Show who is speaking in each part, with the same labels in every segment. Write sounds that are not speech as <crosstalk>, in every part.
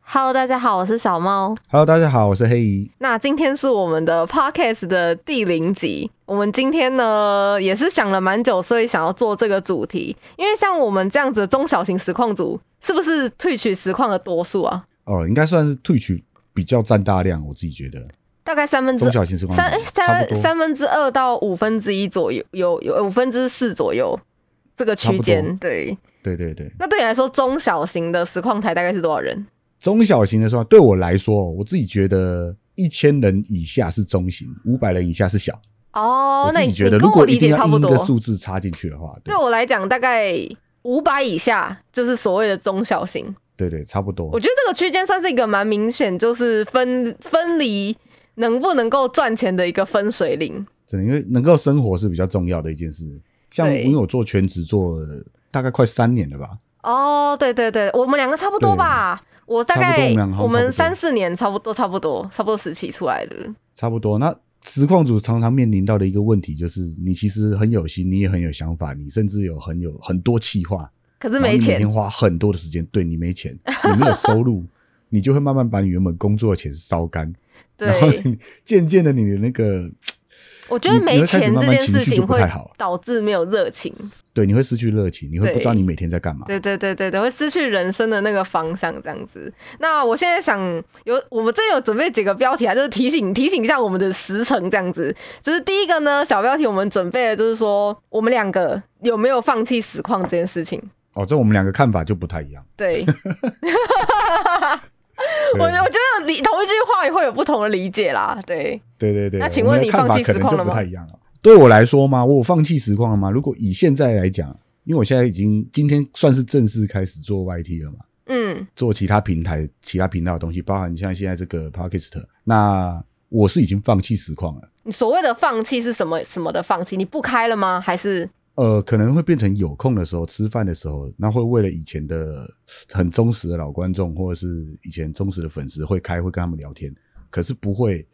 Speaker 1: Hello，大家好，我是小猫。
Speaker 2: Hello，大家好，我是黑姨。
Speaker 1: 那今天是我们的 Podcast 的第零集。我们今天呢也是想了蛮久，所以想要做这个主题。因为像我们这样子的中小型实况组，是不是退取实况的多数啊？
Speaker 2: 哦，应该算是退取比较占大量，我自己觉得
Speaker 1: 大概三分之
Speaker 2: 中小型是
Speaker 1: 三哎
Speaker 2: 差不
Speaker 1: 三
Speaker 2: 多
Speaker 1: 三分之二到五分之一左右，有有五分之四左右这个区
Speaker 2: 差不
Speaker 1: 间。对，
Speaker 2: 对对对，
Speaker 1: 那对你来说，中小型的实况台大概是多少人？
Speaker 2: 中小型的时候，对我来说，我自己觉得一千人以下是中型，五百人以下是小。
Speaker 1: 哦
Speaker 2: 我，
Speaker 1: 那
Speaker 2: 自
Speaker 1: 你
Speaker 2: 己觉得，
Speaker 1: 你跟
Speaker 2: 如
Speaker 1: 我
Speaker 2: 果
Speaker 1: 理
Speaker 2: 一
Speaker 1: 解
Speaker 2: 定
Speaker 1: 差
Speaker 2: 要
Speaker 1: 不
Speaker 2: 因一
Speaker 1: 多
Speaker 2: 个。数字插进去的话，
Speaker 1: 对我来讲，大概五百以下就是所谓的中小型。
Speaker 2: 对对，差不
Speaker 1: 我
Speaker 2: 多。
Speaker 1: 觉得这个区间算是一个蛮明显，就是分分离能不能够赚钱的一个分水岭。
Speaker 2: 真的，因为能够生活是比较重要的一件事。像
Speaker 1: 对
Speaker 2: 因为我做全职做了大概快三年了吧，
Speaker 1: 哦，对对对，我们两个差不多吧。我大概
Speaker 2: 差不多我们两个
Speaker 1: 我
Speaker 2: 好像差
Speaker 1: 们
Speaker 2: 不多
Speaker 1: 三四年差不多，差不多，差不多时期出来的。
Speaker 2: 差不多。那实况组常常面临到的一个问题就是，你其实很有心，你也很有想法，你甚至有很有很多企划，
Speaker 1: 可是
Speaker 2: 然后
Speaker 1: 没
Speaker 2: 你每
Speaker 1: 钱
Speaker 2: 天，花很多的时间，对你没
Speaker 1: <laughs>
Speaker 2: 钱，你没有收入，你就会慢慢把你原本工作的钱烧干，然后
Speaker 1: 对，
Speaker 2: 你渐渐的你的那个，
Speaker 1: 我觉得
Speaker 2: 你
Speaker 1: 没
Speaker 2: 你会开始
Speaker 1: 钱这
Speaker 2: 慢慢
Speaker 1: 件
Speaker 2: 情
Speaker 1: 事
Speaker 2: 绪就
Speaker 1: 情
Speaker 2: 不
Speaker 1: 会
Speaker 2: 太好
Speaker 1: 导致没有热情，
Speaker 2: 对，你会失去热情，你会不知道
Speaker 1: 对
Speaker 2: 你每天在干嘛。
Speaker 1: 对对对对对，会失去人生的那个方向这样子。那我现在想有，我们这有准备几个标题啊，就是提醒提醒一下我们的时程这样子。就是第一个呢，小标题我们准备的就是说我们两个有没有放弃实况这件事情。
Speaker 2: 哦，这我们两个看法就不太一样。
Speaker 1: 对
Speaker 2: 对
Speaker 1: 我，我觉得理同一句话也会有不同的理解啦。对，
Speaker 2: 对对对，
Speaker 1: 那请
Speaker 2: 我们
Speaker 1: 问
Speaker 2: 的
Speaker 1: 你
Speaker 2: 看
Speaker 1: 放
Speaker 2: 法
Speaker 1: 弃
Speaker 2: 可
Speaker 1: 实
Speaker 2: 能
Speaker 1: 况
Speaker 2: 就
Speaker 1: 了
Speaker 2: 不
Speaker 1: 吗
Speaker 2: 太一样了。对我来说吗？我有放弃实况了吗？如果以现在来讲，因为我现在已经今天算是正式开始做 YT 了嘛，
Speaker 1: 嗯，
Speaker 2: 做其他平台、其他频道的东西，包含像现在这个 Podcast，那我是已经放弃实况了。
Speaker 1: 你所谓的放弃是什么什么的放弃？你不开了吗？还是
Speaker 2: 呃，可能会变成有空的时候、吃饭的时候，那会为了以前的很忠实的老观众，或者是以前忠实的粉丝，会开会跟他们聊天，可是不会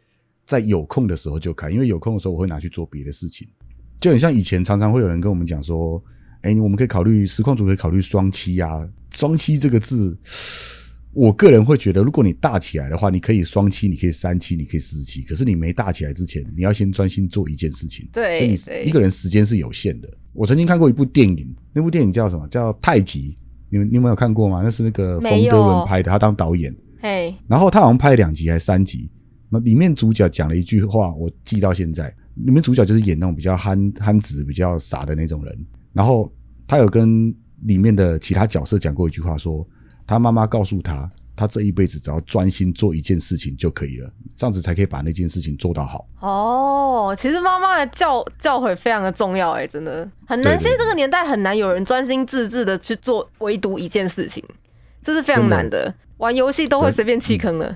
Speaker 2: 在有空的时候就开，因为有空的时候我会拿去做别的事情，就很像以前常常会有人跟我们讲说，哎、我们可以考虑实况组可以考虑双七啊，双七这个字。我个人会觉得，如果你大起来的话，你可以双七，你可以三七，你可以四七。可是你没大起来之前，你要先专心做一件事情。
Speaker 1: 对
Speaker 2: 所以
Speaker 1: 对
Speaker 2: 你一个人时间是有限的。我曾经看过一部电影，那部电影叫什么？叫《太极》。你们你们有看过吗？那是那个
Speaker 1: 没
Speaker 2: 冯
Speaker 1: 有
Speaker 2: 德伦拍的，他当导演。
Speaker 1: 嘿
Speaker 2: 然后他好像拍了两集还是三集，那里面主角讲了一句话，我记到现在。里面主角就是演那种比较憨憨直、比较傻的那种人。然后他有跟里面的其他角色讲过一句话说他妈妈告诉他，他这一辈子只要专心做一件事情就可以了，这样子才可以把那件事情做到好。
Speaker 1: 哦，其实妈妈的教教诲非常的重要、哎，真的很难。
Speaker 2: 对对
Speaker 1: 现在这个年代很难有人专心致志的去做唯独一件事情，这是非常
Speaker 2: 真的
Speaker 1: 难的。玩游戏都会
Speaker 2: 对
Speaker 1: 随便弃坑的。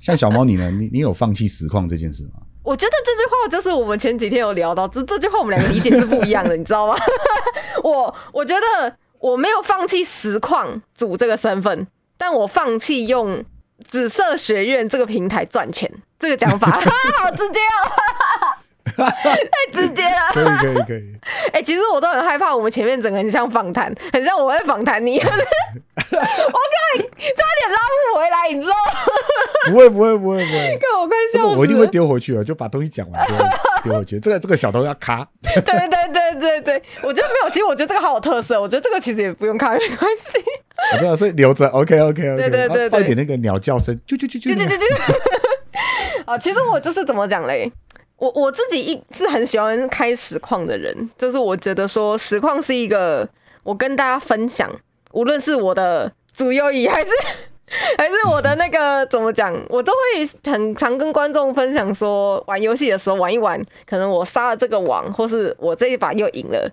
Speaker 2: 像小猫你呢？你你有放弃实况这件事吗？
Speaker 1: 我觉得这句话就是我们前几天有聊到，这这句话我们两个理解是不一样的，你知道吗？
Speaker 2: <laughs>
Speaker 1: 我我觉得我没有放弃实况组这个身份，但我放弃用紫色学院这个平台赚钱。这个讲法 <laughs>
Speaker 2: <laughs>
Speaker 1: 啊好直接哦，太直接了。 <laughs>
Speaker 2: 可以可以可以，
Speaker 1: 哎、其实我都很害怕，我们前面整个很像访谈，很像我在访谈你，我 <laughs> 刚才差点拉不回来，你知道吗？
Speaker 2: 不会不会不会不会，
Speaker 1: 看我快
Speaker 2: 这
Speaker 1: 笑
Speaker 2: 个
Speaker 1: 死了。
Speaker 2: 我一
Speaker 1: <laughs>
Speaker 2: 定会丢回去的，啊就把东西讲完丢丢回去。这个这个小东西要啊
Speaker 1: <laughs>
Speaker 2: 卡，
Speaker 1: 对对对对对，我觉得没有，其实我觉得这个好有特色，我觉得这个其实也不用看，没关系。
Speaker 2: 我知道，所以留着。OK OK OK，
Speaker 1: 对对对对
Speaker 2: 放一点那个鸟叫声，啾啾啾
Speaker 1: 就
Speaker 2: 啾
Speaker 1: 就就
Speaker 2: 啾。
Speaker 1: 就， <laughs> 啊，其实我就是怎么讲嘞？我我自己一是很喜欢开实况的人，就是我觉得说实况是一个我跟大家分享，无论是我的主优椅还是 <laughs> 还是我的那个怎么讲，我都会很常跟观众分享说，玩游戏的时候玩一玩，可能我杀了这个王，或是我这一把又赢了。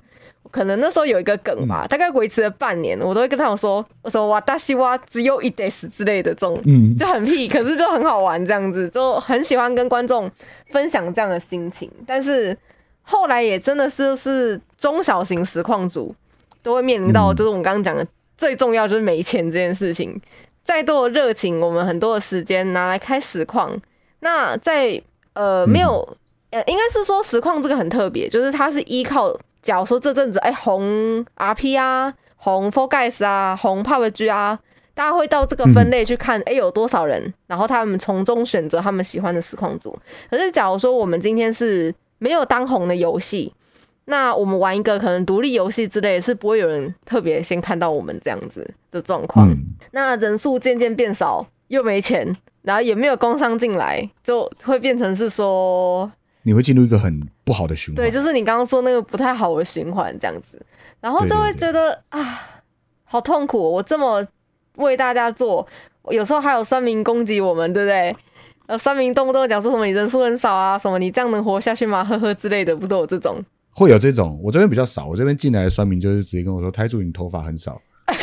Speaker 1: 可能那时候有一个梗吧，大概维持了半年，我都会跟他们说，我说哇大西哇只有一 days 之类的这种，
Speaker 2: 嗯，
Speaker 1: 就很屁，可是就很好玩，这样子就很喜欢跟观众分享这样的心情。但是后来也真的是就是中小型实况组都会面临到，
Speaker 2: 嗯
Speaker 1: 就是我们刚刚讲的最重要就是没钱这件事情。再多的热情，我们很多的时间拿来开实况，那在呃没有、呃，应该是说实况这个很特别，就是它是依靠，假如说这阵子哎、红 RP 啊、红 f o r Guys 啊、红 PUBG 啊，大家会到这个分类去看，哎、有多少人，然后他们从中选择他们喜欢的实况组。可是假如说我们今天是没有当红的游戏。那我们玩一个可能独立游戏之类，是不会有人特别先看到我们这样子的状况。
Speaker 2: 嗯，
Speaker 1: 那人数渐渐变少，又没钱，然后也没有工商进来，就会变成是说，
Speaker 2: 你会进入一个很不好的循环。
Speaker 1: 对，就是你刚刚说那个不太好的循环这样子，然后就会觉得啊，好痛苦哦、我这么为大家做，有时候还有酸民攻击我们，对不对？呃，酸民动不动讲说什么你人数很少啊，什么你这样能活下去吗？呵呵之类的，不都有这种？
Speaker 2: 会有这种，我这边比较少，我这边进来的酸民就是直接跟我说：“台主，你头发很少。” <laughs>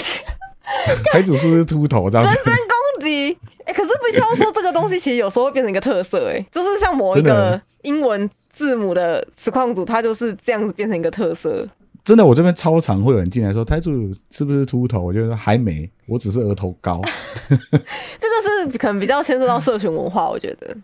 Speaker 2: 台主是不是秃头这样子？
Speaker 1: 真攻击。哎、可是必须要说，这个东西其实有时候会变成一个特色、哎，就是像某一
Speaker 2: 真
Speaker 1: 个
Speaker 2: 的
Speaker 1: 英文字母的实况组，它就是这样子变成一个特色。
Speaker 2: 真的，我这边超常会有人进来说：“台主是不是秃头？”我就说：“还没，我只是额头高。
Speaker 1: 这个是可能比较牵涉到社群文化，我觉得。”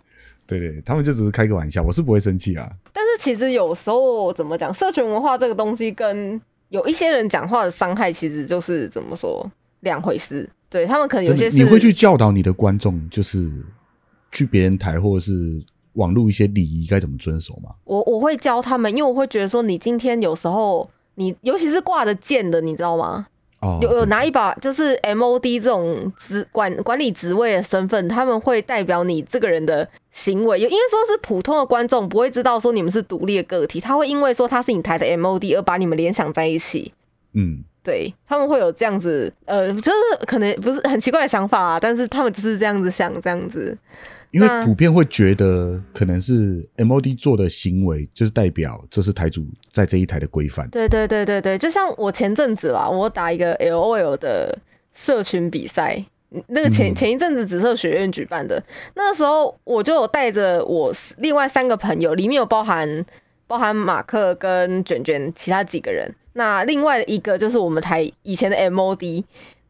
Speaker 2: 对对，他们就只是开个玩笑，我是不会生气啦。
Speaker 1: 但是其实有时候怎么讲，社群文化这个东西跟有一些人讲话的伤害，其实就是怎么说两回事。对他们可能有
Speaker 2: 真的
Speaker 1: 些是
Speaker 2: 你会去教导你的观众，就是去别人台或者是网络一些礼仪该怎么遵守吗？
Speaker 1: 我我会教他们，因为我会觉得说，你今天有时候你尤其是挂着剑的，你知道吗？
Speaker 2: 哦，
Speaker 1: 有有
Speaker 2: 对
Speaker 1: 拿一把就是 MOD 这种职管管理职位的身份，他们会代表你这个人的行为，有应该说是普通的观众不会知道说你们是独立的个体，他会因为说他是你台的 MOD 而把你们联想在一起。
Speaker 2: 嗯，
Speaker 1: 对他们会有这样子，呃，就是可能不是很奇怪的想法啊，但是他们就是这样子想，这样子，
Speaker 2: 因为
Speaker 1: 那
Speaker 2: 普遍会觉得可能是 MOD 做的行为，就是代表这是台主在这一台的规范。
Speaker 1: 对对对对对，就像我前阵子啦，我打一个 L O L 的社群比赛，那个前、
Speaker 2: 嗯
Speaker 1: 前一阵子紫色学院举办的，那时候我就有带着我另外三个朋友，里面有包含包含马克跟卷卷其他几个人，那另外一个就是我们台以前的 M O D。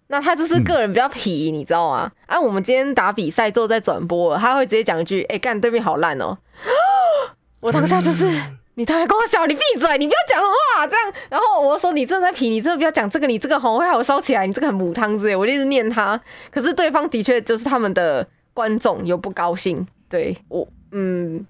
Speaker 1: 那他就是个人比较皮，你知道吗？啊，我们今天打比赛之后再转播了，他会直接讲一句：“哎、干对面好烂哦、 <gasps> 我当下就是，你他妈跟我笑，你闭嘴，你不要讲话，这样。然后我就说你真的在皮，你真的不要讲这个，你这个红会害我烧起来，你这个很母汤之类，我就一直念他。可是对方的确就是他们的观众有不高兴，对我，嗯，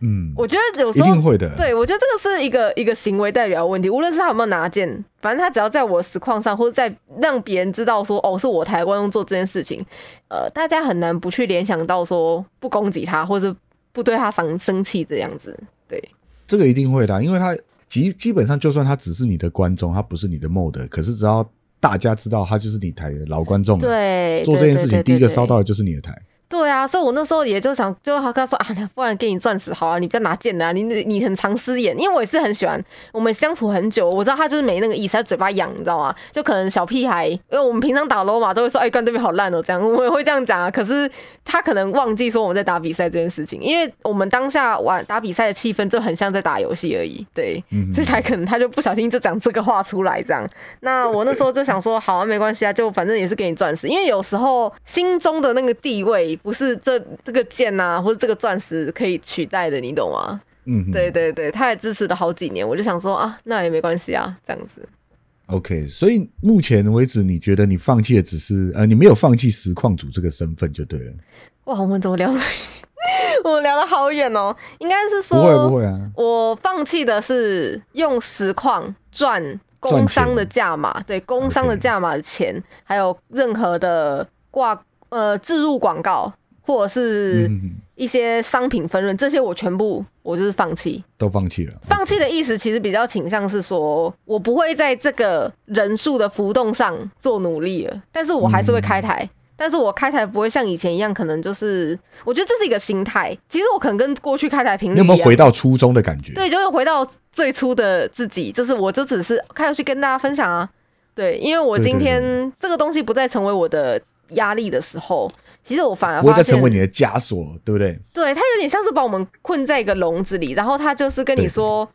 Speaker 2: 嗯，
Speaker 1: 我觉得有
Speaker 2: 一
Speaker 1: 时
Speaker 2: 定
Speaker 1: 候。
Speaker 2: 会的。，
Speaker 1: 对，我觉得这个是一个一个行为代表的问题，无论是他有没有拿剑，反正他只要在我的实况上，或者在让别人知道说，哦，是我台湾用做这件事情，呃，大家很难不去联想到说不攻击他，或者不对他生生气这样子。
Speaker 2: 嗯
Speaker 1: 对，
Speaker 2: 这个一定会的啊，因为他基基本上就算他只是你的观众，他不是你的 mod，可是只要大家知道他就是你台的老观众，，
Speaker 1: 对，
Speaker 2: 做这
Speaker 1: 对
Speaker 2: 件事情第一个烧。到的就是你的台。
Speaker 1: 对对对对啊，所以我那时候也就想，就跟他说啊，那不然给你钻石好啊，你不要拿剑的啊，你你你很常失言，因为我也是很喜欢，我们相处很久，我知道他就是没那个意思，他嘴巴痒，你知道吗？就可能小屁孩，因为我们平常打 LO 嘛，都会说哎，干对面好烂哦，这样我也会这样讲啊。可是他可能忘记说我们在打比赛这件事情，因为我们当下玩打比赛的气氛就很像在打游戏而已，对，
Speaker 2: 嗯，
Speaker 1: 所以才可能他就不小心就讲这个话出来这样。那我那时候就想说，好啊，没关系啊，就反正也是给你钻石，因为有时候心中的那个地位不是这这个剑呐、或者这个钻石可以取代的，你懂吗？
Speaker 2: 嗯，
Speaker 1: 对。对对，他也支持了好几年，我就想说啊，那也没关系啊，这样子。
Speaker 2: OK，所以目前为止，你觉得你放弃的只是呃，你没有放弃实况组这个身份就对了。
Speaker 1: 哇，我们怎么聊？ <laughs> 我们聊得好远哦，应该是说
Speaker 2: 不会不会啊，
Speaker 1: 我放弃的是用实况赚工商的价码，对工商的价码的钱，还有任何的挂呃置入广告或者是
Speaker 2: 嗯，嗯
Speaker 1: 一些商品分润，这些我全部我就是放弃。
Speaker 2: 都放弃了。
Speaker 1: 放弃的意思其实比较倾向是说，我不会在这个人数的浮动上做努力了，但是我还是会开
Speaker 2: 嗯
Speaker 1: 台。但是我开台不会像以前一样，可能就是我觉得这是一个心态。其实我可能跟过去开台频率
Speaker 2: 你有没
Speaker 1: 一
Speaker 2: 有
Speaker 1: 样
Speaker 2: 回到初中的感觉？，
Speaker 1: 对，就是回到最初的自己，就是我就只是开游戏跟大家分享啊。对，因为我
Speaker 2: 对对
Speaker 1: 今
Speaker 2: 对
Speaker 1: 天这个东西不再成为我的压力的时候，其实我反而
Speaker 2: 不会
Speaker 1: 发
Speaker 2: 再成为
Speaker 1: 现，
Speaker 2: 你的枷锁，对不对？
Speaker 1: 对它有点像是把我们困在一个笼子里，然后它就是跟你
Speaker 2: 对
Speaker 1: 说，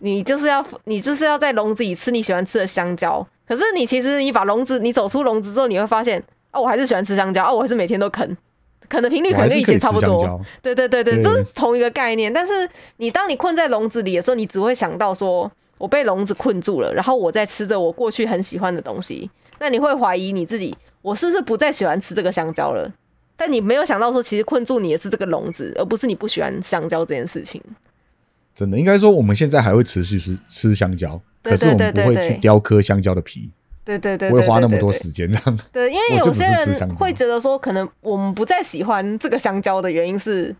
Speaker 1: 你就是要你就是要在笼子里吃你喜欢吃的香蕉。可是你其实你把笼子你走出笼子之后，你会发现，哦，我还是喜欢吃香蕉，哦，我还是每天都啃。可能频率
Speaker 2: 我
Speaker 1: 可
Speaker 2: 还
Speaker 1: 能
Speaker 2: 是
Speaker 1: 跟以
Speaker 2: 可以
Speaker 1: 前差
Speaker 2: 吃
Speaker 1: 不
Speaker 2: 香
Speaker 1: 多
Speaker 2: 蕉，
Speaker 1: 对对对对，
Speaker 2: 对
Speaker 1: 就是同一个概念。但是你当你困在笼子里的时候，你只会想到说，我被笼子困住了，然后我在吃着我过去很喜欢的东西，那你会怀疑你自己，我是不是不再喜欢吃这个香蕉了？但你没有想到说，其实困住你的是这个笼子，而不是你不喜欢香蕉这件事情。
Speaker 2: 真的应该说我们现在还会持续吃吃香蕉，
Speaker 1: 对
Speaker 2: 可是我
Speaker 1: 对
Speaker 2: 们
Speaker 1: 对
Speaker 2: 不会
Speaker 1: 对
Speaker 2: 去
Speaker 1: 对
Speaker 2: 雕刻香蕉的皮，
Speaker 1: 对对对
Speaker 2: 不
Speaker 1: 对，
Speaker 2: 会花那么
Speaker 1: 对
Speaker 2: 多
Speaker 1: 对
Speaker 2: 时间这样。 <laughs>
Speaker 1: 对，因为
Speaker 2: 我就
Speaker 1: 有
Speaker 2: 只
Speaker 1: 些
Speaker 2: 是吃香
Speaker 1: 人
Speaker 2: 蕉
Speaker 1: 会觉得说，可能我们不再喜欢这个香蕉的原因是，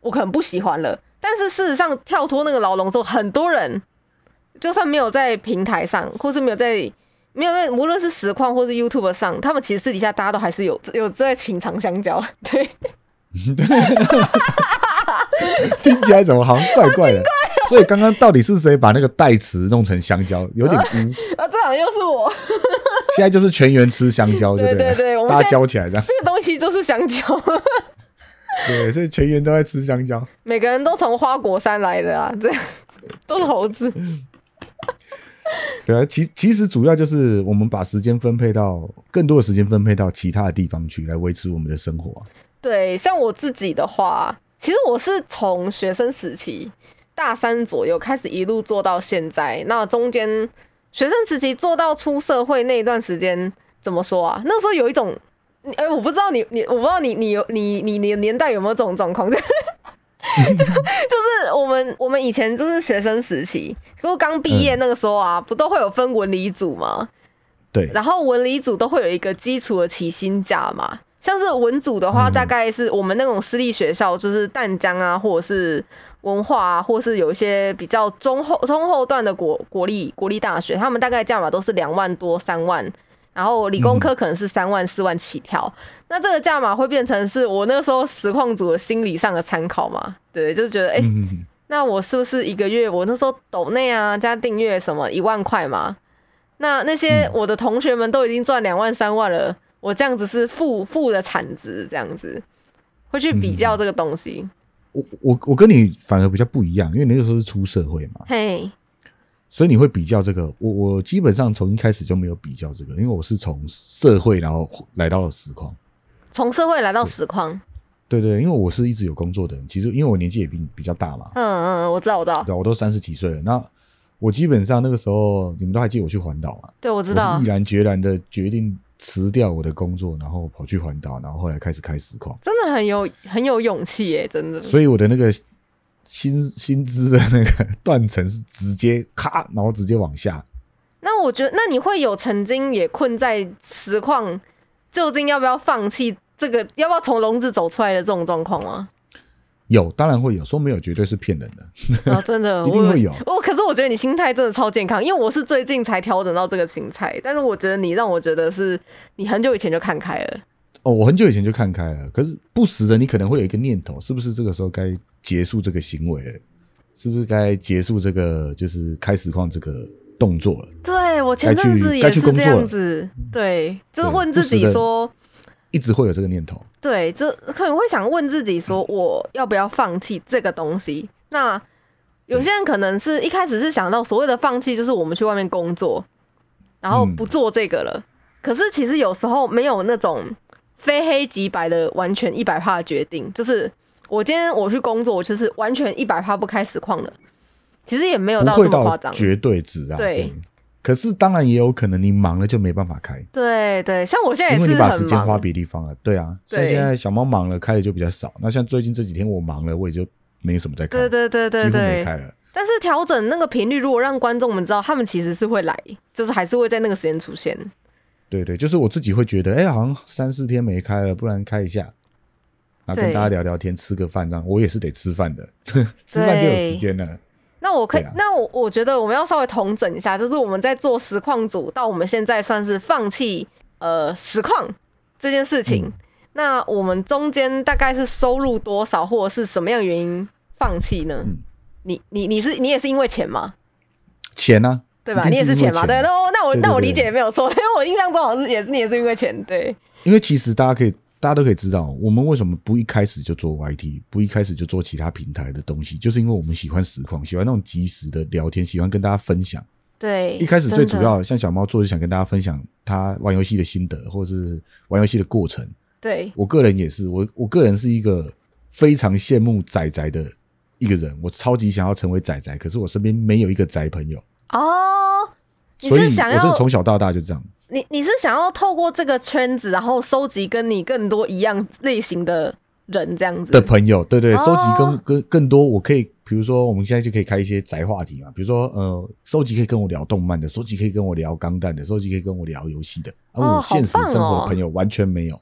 Speaker 1: 我可能不喜欢了。但是事实上，跳脱那个牢笼之后，很多人就算没有在平台上，或是没有在没有在，无论是实况或是 YouTube 上，他们其实私底下大家都还是有有在品尝香蕉。 <laughs> 对，
Speaker 2: 听起来怎么好像怪
Speaker 1: 啊
Speaker 2: 怪的？所以刚刚到底是谁把那个代词弄成香蕉？有
Speaker 1: <laughs>
Speaker 2: 点污。
Speaker 1: 啊，这好像又是我
Speaker 2: 现在就是全员吃香蕉，
Speaker 1: 对
Speaker 2: 不对
Speaker 1: 对对我们
Speaker 2: 大家
Speaker 1: 现在
Speaker 2: 教起来这样。
Speaker 1: 这个东西就是香蕉， <laughs>
Speaker 2: 对，所以全员都在吃香蕉。
Speaker 1: 每个人都从花果山来的啊，这都是猴子。
Speaker 2: 对啊，其其实主要就是我们把时间分配到更多的时间分配到其他的地方去，来维持我们的生活啊。
Speaker 1: 对，像我自己的话，其实我是从学生时期大三左右开始一路做到现在。那中间学生时期做到出社会那一段时间，怎么说啊？那时候有一种，哎、我不知道你你，我不知道你你有你你你的年代有没有这种状况？就 <laughs> 就是我们我们以前就是学生时期，就刚毕业那个时候啊，不都会有分文理组吗？
Speaker 2: 对，
Speaker 1: 然后文理组都会有一个基础的起薪价嘛，像是文组的话，
Speaker 2: 嗯
Speaker 1: 大概是我们那种私立学校，就是淡江啊，或者是文化啊，或是有一些比较中后中后段的国国立国立大学，他们大概价码都是两万多、三万。然后理工科可能是三万四万起跳，那这个价码会变成是我那时候实况组的心理上的参考嘛？对，就是觉得哎、诶
Speaker 2: 嗯，
Speaker 1: 那我是不是一个月我那时候抖内啊加订阅什么一万块嘛？那那些
Speaker 2: 嗯
Speaker 1: 我的同学们都已经赚两万三万了，我这样子是负负的产值，这样子会去比较这个东
Speaker 2: 嗯
Speaker 1: 西。
Speaker 2: 我我我跟你反而比较不一样，因为你那个时候是出社会嘛，
Speaker 1: 嘿，
Speaker 2: 所以你会比较这个。我我基本上从一开始就没有比较这个，因为我是从社会然后来到了实况。
Speaker 1: 从社会来到实况，
Speaker 2: 对对，因为我是一直有工作的人，其实因为我年纪也比你比较大嘛，
Speaker 1: 嗯嗯，我知道，我知道
Speaker 2: 对，啊我都三十几岁了。那我基本上那个时候，你们都还记得我去环岛嘛？
Speaker 1: 对，我
Speaker 2: 我
Speaker 1: 知道
Speaker 2: 是毅，然决然的决定辞掉我的工作，然后跑去环岛，然后后来开始开实况，
Speaker 1: 真的很有很有勇气耶，真的。
Speaker 2: 所以我的那个薪薪资的那个断层是直接咔，然后直接往下。
Speaker 1: 那我觉得，那你会有曾经也困在实况，究竟要不要放弃这个，要不要从笼子走出来的这种状况吗？
Speaker 2: 有，当然会有，说没有绝对是骗人的。
Speaker 1: <laughs> 哦，真的，
Speaker 2: <laughs> 一定
Speaker 1: 我
Speaker 2: 会有
Speaker 1: 我可是我觉得你心态真的超健康，因为我是最近才调整到这个心态，但是我觉得你让我觉得是你很久以前就看开了。
Speaker 2: 哦，我很久以前就看开了，可是不时的你可能会有一个念头，是不是这个时候该结束这个行为了？是不是该结束这个就是开实况这个动作了？
Speaker 1: 对我前
Speaker 2: 该
Speaker 1: 阵
Speaker 2: 去
Speaker 1: 子也
Speaker 2: 该
Speaker 1: 是
Speaker 2: 去
Speaker 1: 这
Speaker 2: 工作
Speaker 1: 样
Speaker 2: 了
Speaker 1: 子，对，就是
Speaker 2: 对
Speaker 1: 问
Speaker 2: 不
Speaker 1: 自己
Speaker 2: 时地
Speaker 1: 说，
Speaker 2: 一直会有这个念头。
Speaker 1: 对，就可能会想问自己说，
Speaker 2: 嗯
Speaker 1: 我要不要放弃这个东西？那有些人可能是一开始是想到所谓的放弃，就是我们去外面工作，然后
Speaker 2: 嗯
Speaker 1: 不做这个了。可是其实有时候没有那种非黑即白的完全一百趴的决定，就是我今天我去工作，我就是完全一百趴不开实况的。其实也没有
Speaker 2: 不
Speaker 1: 到
Speaker 2: 会
Speaker 1: 这么夸
Speaker 2: 到
Speaker 1: 张，
Speaker 2: 绝对值啊。
Speaker 1: 对
Speaker 2: 可是当然也有可能你忙了就没办法开，
Speaker 1: 对对，像我现在
Speaker 2: 因为
Speaker 1: 也
Speaker 2: 你
Speaker 1: 是
Speaker 2: 把
Speaker 1: 很
Speaker 2: 时间花
Speaker 1: 忙，
Speaker 2: 别地方了。对啊，
Speaker 1: 对
Speaker 2: 像现在小猫忙了，开的就比较少。那像最近这几天我忙了，我也就没什么在开，
Speaker 1: 对对对对
Speaker 2: 几乎没
Speaker 1: 对，
Speaker 2: 开了。
Speaker 1: 但是调整那个频率，如果让观众们知道，他们其实是会来，就是还是会在那个时间出现。
Speaker 2: 对对，就是我自己会觉得，哎、好像三四天没开了，不然开一下，啊，
Speaker 1: 对
Speaker 2: 跟大家聊聊天，吃个饭这样。我也是得吃饭的， <laughs> 吃饭就有时间了。
Speaker 1: 那我可以，
Speaker 2: 对啊
Speaker 1: 那我我觉得我们要稍微统整一下，就是我们在做实况组到我们现在算是放弃呃实况这件事
Speaker 2: 嗯
Speaker 1: 情，那我们中间大概是收入多少，或者是什么样原因放弃呢？
Speaker 2: 嗯
Speaker 1: 你你你是你也是因为钱吗？
Speaker 2: 钱呢、
Speaker 1: 对吧？
Speaker 2: 一定
Speaker 1: 你也
Speaker 2: 是
Speaker 1: 是
Speaker 2: 因为
Speaker 1: 钱嘛？对，啊
Speaker 2: 钱
Speaker 1: 那我那我
Speaker 2: 对对
Speaker 1: 那我
Speaker 2: 对
Speaker 1: 理解也没有错，因为我印象中好像是也是你也是因为钱，对。
Speaker 2: 因为其实大家可以，大家都可以知道，我们为什么不一开始就做 YT，不一开始就做其他平台的东西，就是因为我们喜欢实况，喜欢那种及时的聊天，喜欢跟大家分享。
Speaker 1: 对，
Speaker 2: 一开始最
Speaker 1: 真
Speaker 2: 主
Speaker 1: 的
Speaker 2: 要，像小猫做，就想跟大家分享他玩游戏的心得，或者是玩游戏的过程，
Speaker 1: 对，
Speaker 2: 我个人也是，我我个人是一个非常羡慕仔仔的一个人，我超级想要成为仔仔，可是我身边没有一个仔朋友，
Speaker 1: 哦，你
Speaker 2: 所以
Speaker 1: 是
Speaker 2: 我
Speaker 1: 想
Speaker 2: 真
Speaker 1: 要
Speaker 2: 的从小到大就这样。
Speaker 1: 你你是想要透过这个圈子，然后收集跟你更多一样类型的人这样子
Speaker 2: 的朋友，对对，
Speaker 1: 哦
Speaker 2: 收集更更更多，我可以，比如说我们现在就可以开一些宅话题嘛，比如说呃，收集可以跟我聊动漫的，收集可以跟我聊钢弹的，收集可以跟我聊游戏的，而
Speaker 1: 哦
Speaker 2: 我现实
Speaker 1: 好棒哦
Speaker 2: 生活的朋友完全没有，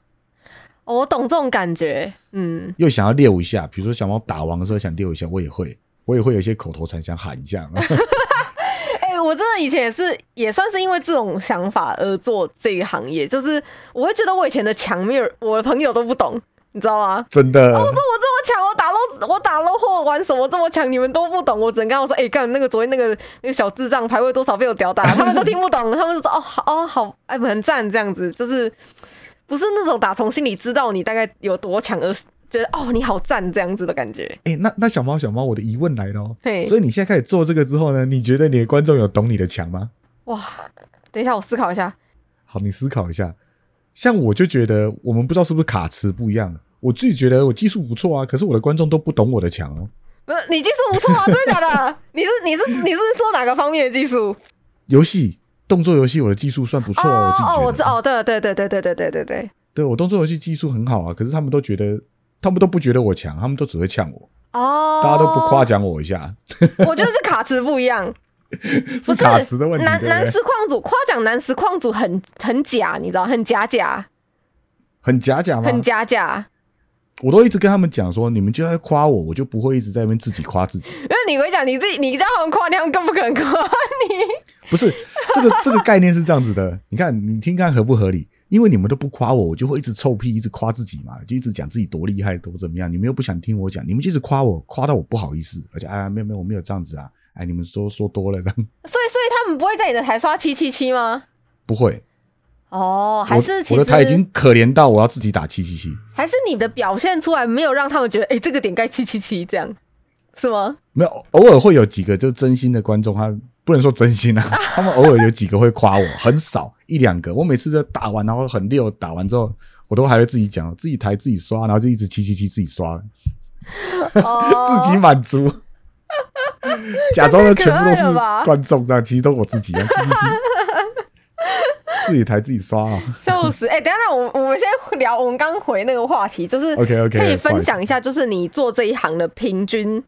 Speaker 1: 哦我懂这种感觉，嗯，
Speaker 2: 又想要猎一下，比如说小猫打王的时候想猎一下，我也会，我也会有一些口头禅想喊一下， <laughs>
Speaker 1: 哎、我真的以前也是，也算是因为这种想法而做这个行业，就是我会觉得我以前的强没有我的朋友都不懂，你知道吗？
Speaker 2: 真的，
Speaker 1: 我这么强，我打 l 我打 l 或玩什么这么强，你们都不懂。我只能跟他们说，哎、干那个昨天那个那个小智障排位多少被我屌 <laughs> 打，他们都听不懂，他们就说哦好哦好，哎、很赞这样子，就是不是那种打从心里知道你大概有多强，而是觉得哦你好赞这样子的感觉。
Speaker 2: 哎、那那小猫小猫，我的疑问来了哦，
Speaker 1: 嘿
Speaker 2: 所以你现在开始做这个之后呢，你觉得你的观众有懂你的强吗？
Speaker 1: 哇，等一下我思考一下，
Speaker 2: 好，你思考一下。像我就觉得，我们不知道是不是卡池不一样。我自己觉得我技术不错啊，可是我的观众都不懂我的强哦。
Speaker 1: 不是你技术不错啊，真 <laughs> 的假的？你是你是你是说哪个方面的技术？
Speaker 2: 游戏动作游戏我的技术算不错、
Speaker 1: 哦哦，
Speaker 2: 我
Speaker 1: 我
Speaker 2: 自
Speaker 1: 知
Speaker 2: 己觉得。
Speaker 1: 哦，对对对对对对对对对。
Speaker 2: 对我动作游戏技术很好啊，可是他们都觉得，他们都不觉得我强，他们都只会呛我，
Speaker 1: 哦，
Speaker 2: 大家都不夸奖我一下，
Speaker 1: 我觉得是卡池不一样，不
Speaker 2: 是卡池的问题，对
Speaker 1: 男
Speaker 2: 不
Speaker 1: 男
Speaker 2: 对？
Speaker 1: 实况组夸奖男实况组很很假，你知道，很假假，
Speaker 2: 很假假吗？
Speaker 1: 很假假。
Speaker 2: 我都一直跟他们讲说，你们就在夸我，我就不会一直在那边自己夸自己。
Speaker 1: 因为你会讲你自己，你叫他们夸，他们更不可能夸你。
Speaker 2: 不是这个 <laughs> 这个概念是这样子的，你看你听看合不合理？因为你们都不夸我，我就会一直臭屁，一直夸自己嘛，就一直讲自己多厉害，多怎么样。你们又不想听我讲，你们就一直夸我，夸到我不好意思，而且哎呀，没有没有，我没有这样子啊，哎，你们说说多了，这样 <laughs>
Speaker 1: 所以，所以他们不会在你的台刷七七七吗？
Speaker 2: 不会。
Speaker 1: 哦，还是其实
Speaker 2: 我我的台已经可怜到我要自己打七七七，
Speaker 1: 还是你的表现出来没有让他们觉得，哎、这个点该七七七这样，是
Speaker 2: <laughs>
Speaker 1: 吗？
Speaker 2: 没有，偶尔会有几个就真心的观众，他不能说真心啊， <laughs> 他们偶尔有几个会夸我，很少一两个。我每次在打完，然后很溜，打完之后，我都还会自己讲，自己抬自己刷，然后就一直七七七自己刷，
Speaker 1: 哦，
Speaker 2: 自己满足，假装的全部
Speaker 1: 太
Speaker 2: 都
Speaker 1: 可爱了
Speaker 2: 是
Speaker 1: 吧己
Speaker 2: 观众这样，其实都我自己啊，七七七，自己抬自己刷啊。
Speaker 1: 笑死！哎、等一下，那我我们先聊，我们刚回那个话题，就是
Speaker 2: OK，OK，
Speaker 1: 可以
Speaker 2: 不好
Speaker 1: 分
Speaker 2: 意思
Speaker 1: 享一下，就是你做这一行的平均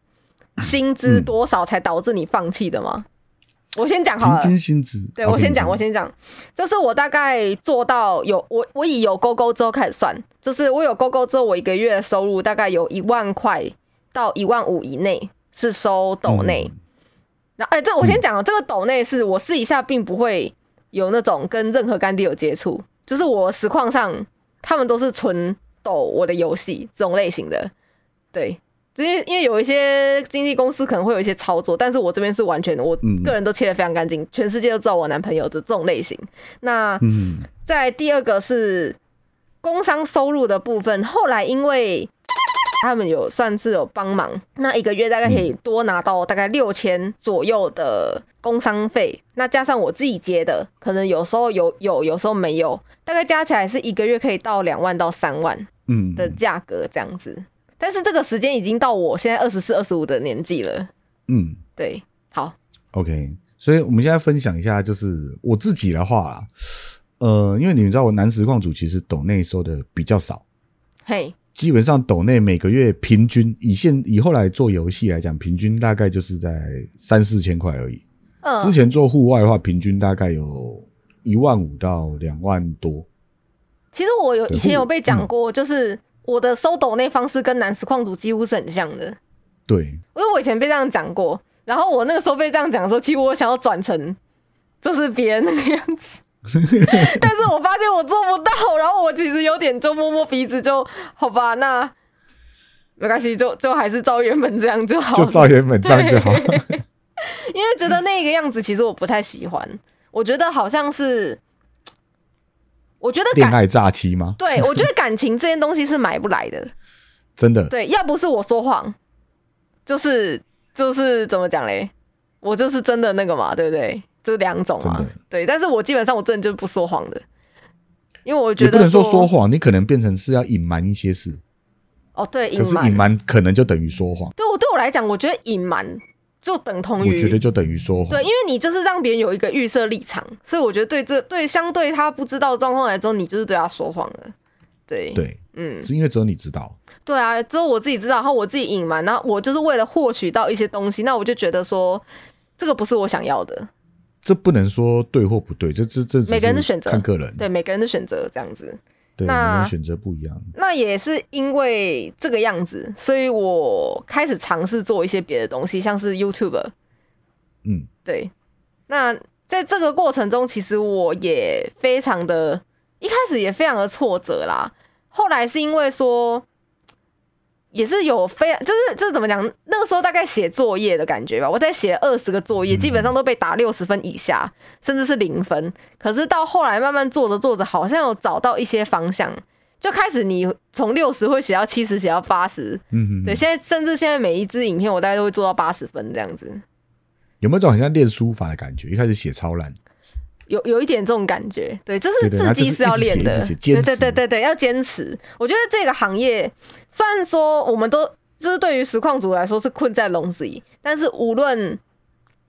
Speaker 1: 薪资多少才导致你放弃的吗？我先讲好了
Speaker 2: 平，均薪资，
Speaker 1: 对
Speaker 2: 好
Speaker 1: 我先讲，
Speaker 2: 平均
Speaker 1: 我先讲，就是我大概做到有我我以有勾勾之后开始算，就是我有勾勾之后，我一个月的收入大概有一万块到一万五以内是收斗内，
Speaker 2: 嗯
Speaker 1: 然后，哎、这我先讲哦，这个斗内是我私底下并不会有那种跟任何干爹有接触，就是我实况上他们都是纯抖我的游戏这种类型的，对，因为因为有一些经纪公司可能会有一些操作，但是我这边是完全的，我
Speaker 2: 嗯
Speaker 1: 个人都切得非常干净，全世界都知道我男朋友的这种类型。那
Speaker 2: 嗯，
Speaker 1: 在第二个是工商收入的部分，后来因为 <coughs> 他们有算是有帮忙，那一个月大概可以多拿到大概六千左右的工商费，那加上我自己接的，可能有时候有有，有时候没有，大概加起来是一个月可以到两万到三万
Speaker 2: 嗯
Speaker 1: 的价格这样子。但是这个时间已经到我现在二十四、二十五的年纪了，
Speaker 2: 嗯。
Speaker 1: 对，好，
Speaker 2: OK，所以我们现在分享一下，就是我自己的话，呃，因为你们知道我男实况组其实抖内收的比较少，
Speaker 1: 嘿，
Speaker 2: 基本上抖内每个月平均以现以后来做游戏来讲，平均大概就是在三四千块而已。
Speaker 1: 嗯，
Speaker 2: 之前做户外的话，平均大概有一万五到两万多。
Speaker 1: 其实我有
Speaker 2: 对嗯
Speaker 1: 以前
Speaker 2: 或
Speaker 1: 有被讲过，就是我的收抖那方式跟男实况主几乎是很像的，因
Speaker 2: 对，
Speaker 1: 为我以前被这样讲过。然后我那个时候被这样讲的时候，其实我想要转成就是别人那个样
Speaker 2: <laughs>
Speaker 1: 子，但是我发现我做不到，然后我其实有点就摸摸鼻子就，好吧，那没关系，就就还是照原本这样就好
Speaker 2: 就
Speaker 1: 了，
Speaker 2: 照原本这样就好。
Speaker 1: <laughs> 因为觉得那个样子其实我不太喜欢，我觉得好像是，我觉得
Speaker 2: <laughs> 恋
Speaker 1: 感，
Speaker 2: 爱诈欺吗？
Speaker 1: 对我觉得感情这件东西是买不来的，
Speaker 2: 真的，
Speaker 1: 对，要不是我说谎，就是就是怎么讲嘞？我就是真的那个嘛，对不对？就是两种嘛
Speaker 2: 真的，
Speaker 1: 对。但是我基本上我真的就是不说谎的，因为我觉
Speaker 2: 也
Speaker 1: 得
Speaker 2: 不能说说谎，你可能变成是要隐瞒一些事，
Speaker 1: 哦，对，
Speaker 2: 可
Speaker 1: 隐
Speaker 2: 是
Speaker 1: 瞒
Speaker 2: 隐瞒可能就等于说谎，
Speaker 1: 对我对我来讲，我觉得隐瞒就等同
Speaker 2: 我
Speaker 1: 于
Speaker 2: 觉得就等于说谎
Speaker 1: 对，。因为你就是让别人有一个预设立场，所以我觉得对这对相对他不知道的状况来说，你就是对他说谎了。对，
Speaker 2: 对，
Speaker 1: 嗯，
Speaker 2: 是因为只有你知道，
Speaker 1: 对啊，只有我自己知道，然后我自己隐瞒，然后我就是为了获取到一些东西，那我就觉得说这个不是我想要的。
Speaker 2: 这不能说对或不对，这这这只
Speaker 1: 每个人的选择
Speaker 2: 看个人，
Speaker 1: 对，每个人的选择这样子。
Speaker 2: 对，每
Speaker 1: 那
Speaker 2: 个人选择不一样。
Speaker 1: 那也是因为这个样子，所以我开始尝试做一些别的东西，像是 YouTube。
Speaker 2: 嗯，
Speaker 1: 对，那在这个过程中，其实我也非常的，一开始也非常的挫折啦。后来是因为说，也是有非，就是就是怎么讲，那个时候大概写作业的感觉吧。我在写二十个作业，基本上都被打六十分以下，甚至是零分。可是到后来慢慢做着做着，好像有找到一些方向。就开始你从六十会写到七十，写到八十，
Speaker 2: 嗯，
Speaker 1: 对，，现在甚至现在每一支影片我大概都会做到八十分这样子。
Speaker 2: 有没有一种很像练书法的感觉？一开始写超烂，
Speaker 1: 有有一点这种感觉，对，就是
Speaker 2: 对对
Speaker 1: 自
Speaker 2: 他
Speaker 1: 己
Speaker 2: 就是
Speaker 1: 是要
Speaker 2: 一直写
Speaker 1: 练的
Speaker 2: 一直，写
Speaker 1: 对
Speaker 2: 坚
Speaker 1: 对
Speaker 2: 持
Speaker 1: 对对对，要坚持。我觉得这个行业，虽然说我们都就是对于实况组来说是困在笼子里，但是无论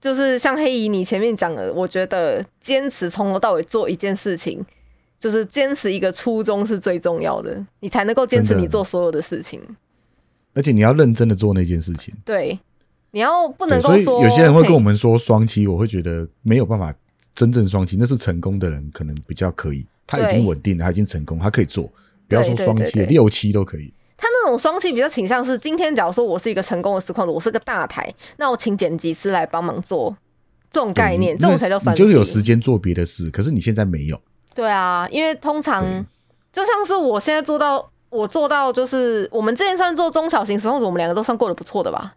Speaker 1: 就是像黑姨你前面讲的，我觉得坚持从头到尾做一件事情，就是坚持一个初衷是最重要的，你才能够坚持
Speaker 2: 真的
Speaker 1: 你做所有的事情。
Speaker 2: 而且你要认真的做那件事情。
Speaker 1: 对，你要不能
Speaker 2: 对，
Speaker 1: 够
Speaker 2: 所以
Speaker 1: 说，
Speaker 2: 有些人会跟我
Speaker 1: 嘿
Speaker 2: 们说双七，我会觉得没有办法真正双七，那是成功的人可能比较可以，他已
Speaker 1: 对
Speaker 2: 经稳定了，他已经成功，他可以做。不要说
Speaker 1: 对对
Speaker 2: 双
Speaker 1: 对
Speaker 2: 七
Speaker 1: 对，
Speaker 2: 六七都可以。
Speaker 1: 他那种双气比较倾向是，今天假如说我是一个成功的实况主，我是个大台，那我请剪辑师来帮忙做这种概念，
Speaker 2: 对
Speaker 1: 这种才叫
Speaker 2: 你
Speaker 1: 双
Speaker 2: 嗯你就是有
Speaker 1: 气
Speaker 2: 时。间做别的事，可是你现在没有。
Speaker 1: 对啊，因为通常就
Speaker 2: 对
Speaker 1: 像是我现在做到，我做到就是我们之前算做中小型实况主，我们两个都算过得不错的吧？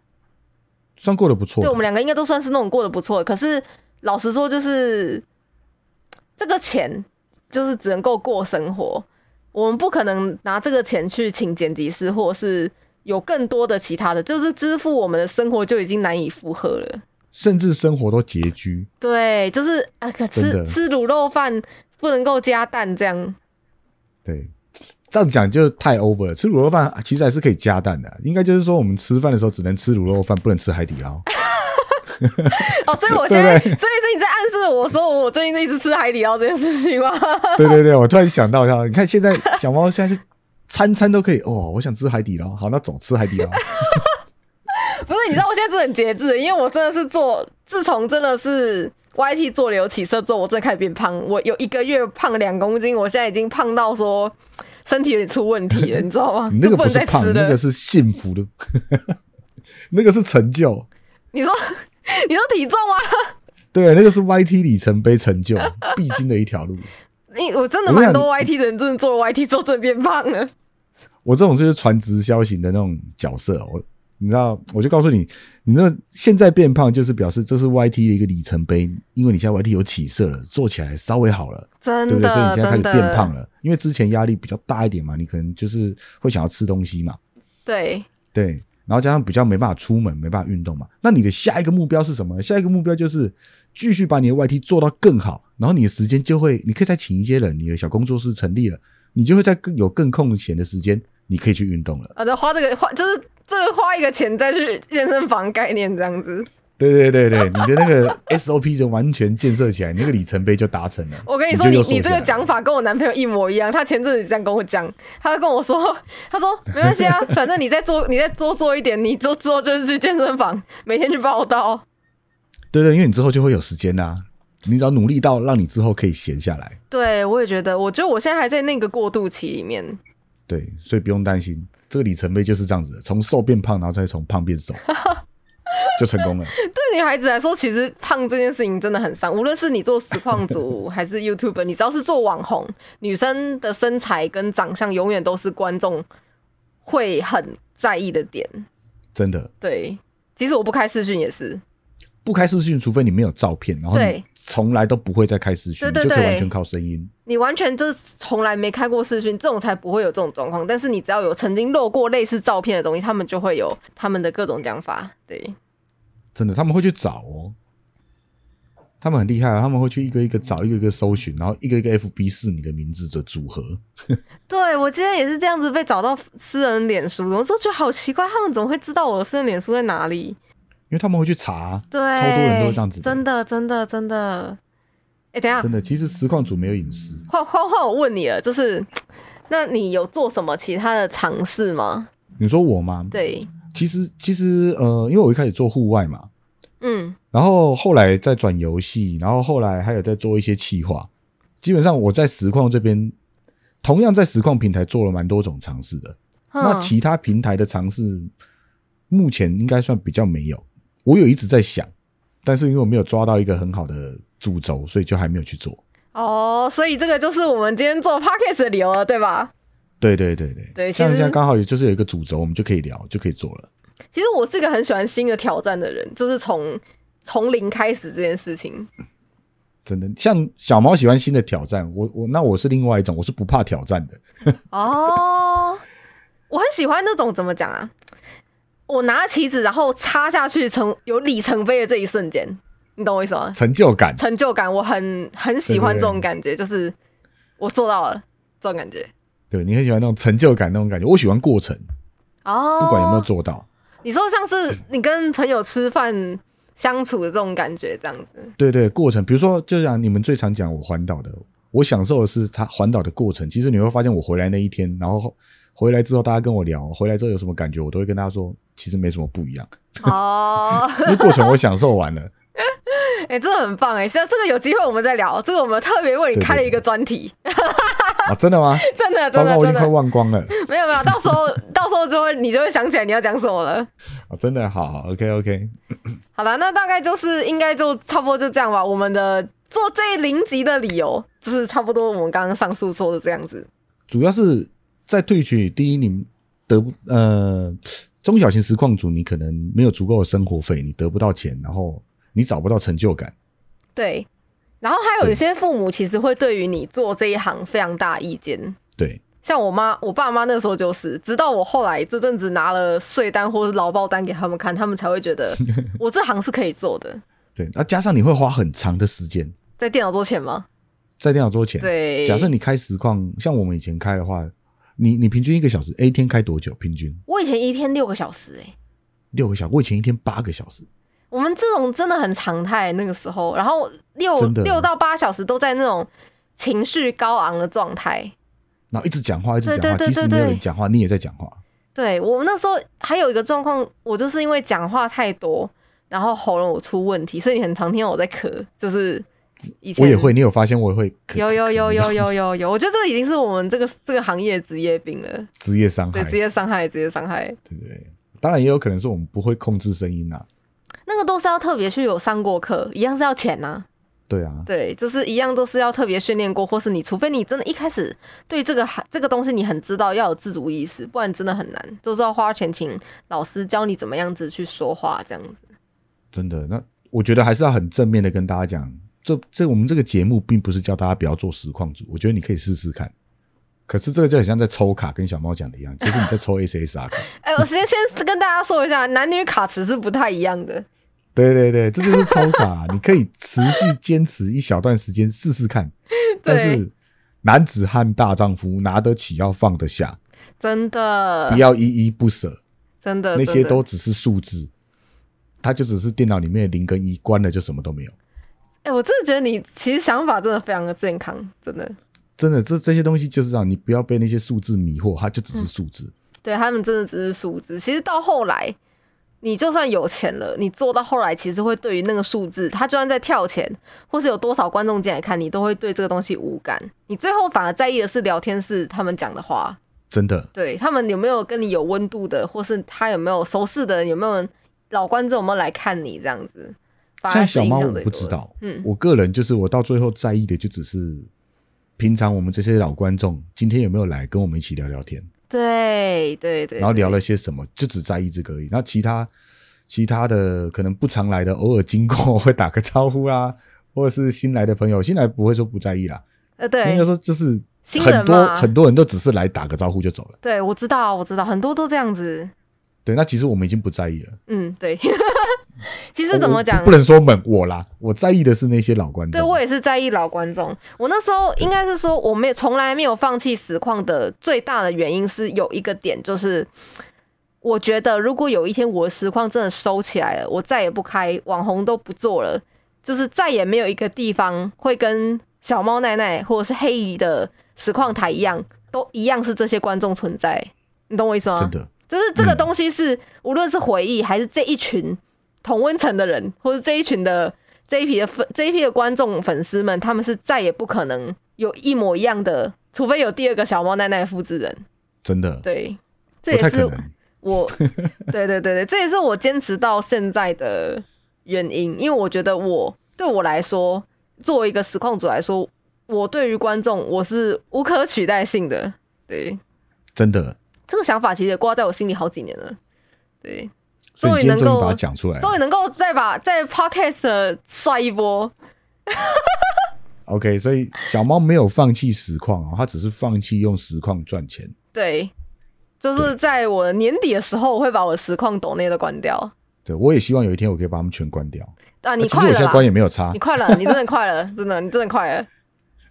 Speaker 2: 算过得不错
Speaker 1: 对，
Speaker 2: 的，
Speaker 1: 我们两个应该都算是那种过得不错的。可是老实说，就是这个钱就是只能够过生活，我们不可能拿这个钱去请剪辑师，或是有更多的其他的，就是支付我们的生活就已经难以负荷了。
Speaker 2: 甚至生活都拮据。
Speaker 1: 对，就是啊，可
Speaker 2: 真
Speaker 1: 吃
Speaker 2: 的
Speaker 1: 吃卤肉饭不能够加蛋这样。
Speaker 2: 对，这样讲就太 over 了。吃卤肉饭啊其实还是可以加蛋的，啊应该就是说我们吃饭的时候只能吃卤肉饭，不能吃海底捞。
Speaker 1: 哦，所以我现在，所以是你在暗示我说我最近一直吃海底捞这件事情吗？
Speaker 2: 对对对，我突然想到一下，你看现在小猫现在是餐餐都可以哦，我想吃海底捞，好，那走吃海底捞。
Speaker 1: 不是，你知道我现在真的很节制，因为我真的是做，自从真的是 YT 做流起色之后，我真的开始变胖。我有一个月胖了两公斤，我现在已经胖到说身体有点出问题了，你知道吗？
Speaker 2: 你 <laughs> 嗯那
Speaker 1: 就
Speaker 2: 个
Speaker 1: 不
Speaker 2: 不
Speaker 1: 能
Speaker 2: 是
Speaker 1: 再
Speaker 2: 胖
Speaker 1: 吃，了。
Speaker 2: 那个是幸福的， <laughs> 那个是成就。
Speaker 1: 你说你说体重啊吗？
Speaker 2: 对，那个是 YT 里程碑成就必经的一条路。
Speaker 1: 你我真的蛮多 YT 的人，真的做了 YT 之后真的变胖了。
Speaker 2: 我这种就是传直销型的那种角色，我你知道，我就告诉你，你那现在变胖就是表示这是 YT 的一个里程碑，因为你现在 YT 有起色了，做起来稍微好了，
Speaker 1: 真
Speaker 2: 对不对？所以你
Speaker 1: 的，
Speaker 2: 现在开
Speaker 1: 真
Speaker 2: 始
Speaker 1: 的
Speaker 2: 变胖了，因为之前压力比较大一点嘛，你可能就是会想要吃东西嘛，
Speaker 1: 对，
Speaker 2: 对，然后加上比较没办法出门，没办法运动嘛，那你的下一个目标是什么？下一个目标就是继续把你的 YT 做到更好，然后你的时间就会，你可以再请一些人，你的小工作室成立了，你就会在更有更空闲的时间，你可以去运动了。
Speaker 1: 啊，再花这个花就是这个花一个钱再去健身房概念这样子。
Speaker 2: 对对
Speaker 1: <laughs>
Speaker 2: 对对，你的那个 SOP 就完全建设起来，你那个里程碑就达成了。
Speaker 1: 我跟你说，你
Speaker 2: 就又瘦
Speaker 1: 你这
Speaker 2: 下
Speaker 1: 个
Speaker 2: 来了
Speaker 1: 讲法跟我男朋友一模一样。他前阵子这样跟我讲，他跟我说， <laughs> 他说没关 <laughs> 系啊，反正你再做，你再多做一点，你就之后就是去健身房，每天去报道。
Speaker 2: 对对，因为你之后就会有时间啦、你只要努力到让你之后可以闲下来，
Speaker 1: <laughs> 对，我也觉得，我觉得我现在还在那个过渡期里面。
Speaker 2: 对，所以不用担心，这个里程碑就是这样子的，从瘦变胖，然后再从胖
Speaker 1: <laughs>
Speaker 2: 变瘦，就成功了。
Speaker 1: 对女孩子来说，其实胖这件事情真的很伤。无论是你做实况组还是 YouTube，你只要是做网红，女生的身材跟长相永远都是观众会很在意的点。
Speaker 2: 真的，
Speaker 1: 对，即使我不开视讯也是。
Speaker 2: 不开视讯，除非你没有照片，然后
Speaker 1: 对
Speaker 2: 你从来都不会再开视讯，
Speaker 1: 对对
Speaker 2: 你就可以完
Speaker 1: 对
Speaker 2: 全靠声音。
Speaker 1: 你完全就是从来没开过视讯，这种才不会有这种状况。但是你只要有曾经露过类似照片的东西，他们就会有他们的各种讲法。对，
Speaker 2: 真的，他们会去找哦。他们很厉害啊，他们会去一个一个找，一个一个搜寻，然后一个一个 FB 试你的名字的组合。
Speaker 1: 对我今天也是这样子被找到私人脸书的，我就觉得好奇怪，他们怎么会知道我的私人脸书在哪里？
Speaker 2: 因为他们会去查，啊
Speaker 1: 对，
Speaker 2: 超多人都会这样子的
Speaker 1: 真的，真的，真的。哎、等一下，
Speaker 2: 真的。其实实况组没有隐私，
Speaker 1: 换换换，我问你了，就是那你有做什么其他的尝试吗？
Speaker 2: 你说我吗？，
Speaker 1: 对，
Speaker 2: 其实其实呃，因为我一开始做户外嘛，
Speaker 1: 嗯，
Speaker 2: 然后后来再转游戏，然后后来还有在做一些企划。基本上我在实况这边，同样在实况平台做了蛮多种尝试的。那
Speaker 1: 嗯
Speaker 2: 其他平台的尝试，目前应该算比较没有。我有一直在想，但是因为我没有抓到一个很好的主轴，所以就还没有去做。
Speaker 1: 哦，所以这个就是我们今天做 podcast 的理由了，对吧？
Speaker 2: 对对对对，
Speaker 1: 对其
Speaker 2: 像
Speaker 1: 实
Speaker 2: 现在刚好也就是有一个主轴，我们就可以聊，就可以做了。
Speaker 1: 其实我是一个很喜欢新的挑战的人，就是从从零开始这件事情。
Speaker 2: 真的，像小毛喜欢新的挑战，我我那我是另外一种，我是不怕挑战的。
Speaker 1: 哦，我很喜欢那种怎么讲啊？我拿起子，然后插下去成有里程碑的这一瞬间，你懂我意思吗？
Speaker 2: 成就感，
Speaker 1: 成就感，我很很喜欢
Speaker 2: 对对
Speaker 1: 这
Speaker 2: 对
Speaker 1: 种感觉，就是我做到了这种感觉。
Speaker 2: 对你很喜欢那种成就感那种感觉，我喜欢过程，
Speaker 1: 哦，
Speaker 2: 不管有没有做到。
Speaker 1: 你说像是你跟朋友吃饭相处的这种感觉，这样 <laughs> 子。
Speaker 2: 对对，过程，比如说，就像你们最常讲我环岛的，我享受的是它环岛的过程。其实你会发现，我回来那一天，然后回来之后，大家跟我聊，回来之后有什么感觉，我都会跟大家说，其实没什么不一样，
Speaker 1: 哦，
Speaker 2: 因为过程我享受完了。
Speaker 1: 哎、真的很棒哎！现在这个有机会我们再聊，这个我们特别为你开了一个专题，
Speaker 2: 啊，真的吗？
Speaker 1: 真的 <laughs> 真
Speaker 2: 糟
Speaker 1: 的
Speaker 2: 糕，我已
Speaker 1: 真
Speaker 2: 经快
Speaker 1: 的，
Speaker 2: 忘光了
Speaker 1: 没有没有，到时候到时候就会你就会想起来你要讲什么了。
Speaker 2: 啊，真的好好，OK OK，
Speaker 1: 好了，那大概就是应该就差不多就这样吧。我们的做这零集的理由就是差不多我们刚刚上述说的这样子。
Speaker 2: 主要是在退取，第一，你们得不呃中小型实况组，你可能没有足够的生活费，你得不到钱，然后你找不到成就感。
Speaker 1: 对，然后还有
Speaker 2: 对
Speaker 1: 一些父母其实会对于你做这一行非常大意见。
Speaker 2: 对，
Speaker 1: 像我妈、我爸妈那时候就是，直到我后来这阵子拿了税单或是劳保单给他们看，他们才会觉
Speaker 2: <laughs>
Speaker 1: 得我这行是可以做的。
Speaker 2: 对，那、加上你会花很长的时间
Speaker 1: 在电脑桌前吗？
Speaker 2: 在电脑桌前。
Speaker 1: 对，
Speaker 2: 假设你开实况，像我们以前开的话，你你平均一个小时，A 天开多久？平均
Speaker 1: 我以前一天六个小时、欸，
Speaker 2: 六个小时，我以前一天八个小时，
Speaker 1: 我们这种真的很常态那个时候，然后六
Speaker 2: 真的
Speaker 1: 六到八小时都在那种情绪高昂的状态。
Speaker 2: 然后一直讲话，一直
Speaker 1: 对
Speaker 2: 讲话，
Speaker 1: 对对
Speaker 2: 即
Speaker 1: 对
Speaker 2: 使没有人
Speaker 1: 对
Speaker 2: 讲话，你也在讲话。
Speaker 1: 对我那时候还有一个状况，我就是因为讲话太多，然后喉咙我出问题，所以你很常听到我在咳，就是以前
Speaker 2: 我也会，你有发现我也会咳
Speaker 1: 有有有有
Speaker 2: 咳咳
Speaker 1: 有有有，我觉得这个已经是我们这个这个行业职业病了，
Speaker 2: 职业伤害，
Speaker 1: 对职
Speaker 2: 对
Speaker 1: 业伤害，职业伤害，
Speaker 2: 对对。当然也有可能是我们不会控制声音啊，
Speaker 1: 那个都是要特别去有上过课，一样是要钱呐、
Speaker 2: 对啊，
Speaker 1: 对，就是一样都是要特别训练过，或是你除非你真的一开始对这个行这个东西你很知道，要有自主意识，不然真的很难，就是要花钱请老师教你怎么样子去说话这样子。
Speaker 2: 真的。那我觉得还是要很正面的跟大家讲，这这我们这个节目并不是叫大家不要做实况组，我觉得你可以试试看。可是这个就很像在抽卡，跟小猫讲的一样，就是你在抽
Speaker 1: <laughs>
Speaker 2: SSR 卡。
Speaker 1: 哎、我先先跟大家说一下，男女卡池是不太一样的。
Speaker 2: 对对对，这就是抽卡，啊 <laughs> 你可以持续坚持一小段时间试试看。但是男子汉大丈夫，拿得起要放得下，
Speaker 1: 真的
Speaker 2: 不，要依依不舍，
Speaker 1: 真的，
Speaker 2: 那
Speaker 1: 呃真
Speaker 2: 些
Speaker 1: 的
Speaker 2: 都只是数字，它就只是电脑里面的零跟一，关了就什么都没有。
Speaker 1: 哎、我真的觉得你其实想法真的非常的健康，真的。
Speaker 2: 真的，这这些东西就是这样，你不要被那些数字迷惑，它就只是数字。
Speaker 1: 对他们真的只是数字。其实到后来，你就算有钱了，你做到后来，其实会对于那个数字，他就算在跳钱，或是有多少观众进来看，你都会对这个东西无感。你最后反而在意的是聊天室他们讲的话，
Speaker 2: 真的，
Speaker 1: 对他们有没有跟你有温度的，或是他有没有熟识的人，有没有老观众有没有来看你这样子。反而
Speaker 2: 像
Speaker 1: 是
Speaker 2: 小
Speaker 1: 影
Speaker 2: 猫我
Speaker 1: 响最
Speaker 2: 不
Speaker 1: 多
Speaker 2: 知
Speaker 1: 的。
Speaker 2: 道，
Speaker 1: 嗯
Speaker 2: 我个人就是我到最后在意的就只是，平常我们这些老观众今天有没有来跟我们一起聊聊天。
Speaker 1: 对对对，
Speaker 2: 然后聊
Speaker 1: 对
Speaker 2: 了些什么，就只在意这个而已。那其他其他的可能不常来的，偶尔经过会打个招呼啦， <laughs> 或者是新来的朋友，新来不会说不在意啦，
Speaker 1: 呃
Speaker 2: 应该
Speaker 1: 对
Speaker 2: 说就是
Speaker 1: 新
Speaker 2: 很
Speaker 1: 人
Speaker 2: 多
Speaker 1: 嘛
Speaker 2: 很多人都只是来打个招呼就走了。
Speaker 1: 对，我知道我知道，很多都这样子。
Speaker 2: 对，那其实我们已经不在意了，
Speaker 1: 嗯，对， <laughs> 其实怎么
Speaker 2: 我
Speaker 1: 讲
Speaker 2: 不，能说猛我啦，我在意的是那些老观众。
Speaker 1: 对我也是在意老观众。我那时候应该是说，我没有从来没有放弃实况的最大的原因是有一个点，就是我觉得如果有一天我的实况真的收起来了，我再也不开网红都不做了，就是再也没有一个地方会跟小猫奈奈或者是黑姨的实况台一样，都一样是这些观众存在。你懂我意思吗？
Speaker 2: 真的，
Speaker 1: 就是这个
Speaker 2: 嗯
Speaker 1: 东西是，无论是回忆还是这一群同温层的人，或者这一群的这一批的粉这一批的观众粉丝们，他们是再也不可能有一模一样的，除非有第二个小猫奈奈复制人。
Speaker 2: 真的，
Speaker 1: 对，这
Speaker 2: 不
Speaker 1: 也
Speaker 2: 太可
Speaker 1: 是
Speaker 2: 能。 <laughs>
Speaker 1: 我，对对对对，这也是我坚持到现在的原因，因为我觉得我对我来说，作为一个实况组来说，我对于观众我是无可取代性的。对，
Speaker 2: 真的。
Speaker 1: 这个想法其实也挂在我心里好几年了。对，
Speaker 2: 所以
Speaker 1: 终于
Speaker 2: 你今天
Speaker 1: 能
Speaker 2: 终于
Speaker 1: 够
Speaker 2: 把它讲出来了。
Speaker 1: 终于能够再把在 podcast 帅一波，
Speaker 2: OK，所以小猫没有放弃实况哦，它只是放弃用实况赚钱。
Speaker 1: 对，就是在我年底的时候，我会把我实况抖内都关掉。
Speaker 2: 对我也希望有一天我可以把它们全关掉。
Speaker 1: 啊，
Speaker 2: 那
Speaker 1: 你
Speaker 2: 呃其实
Speaker 1: 快
Speaker 2: 我
Speaker 1: 了
Speaker 2: 现在
Speaker 1: 啦！
Speaker 2: 关啊也没有差
Speaker 1: 你，快了，你真的快了， <laughs> 真的，你真的快了。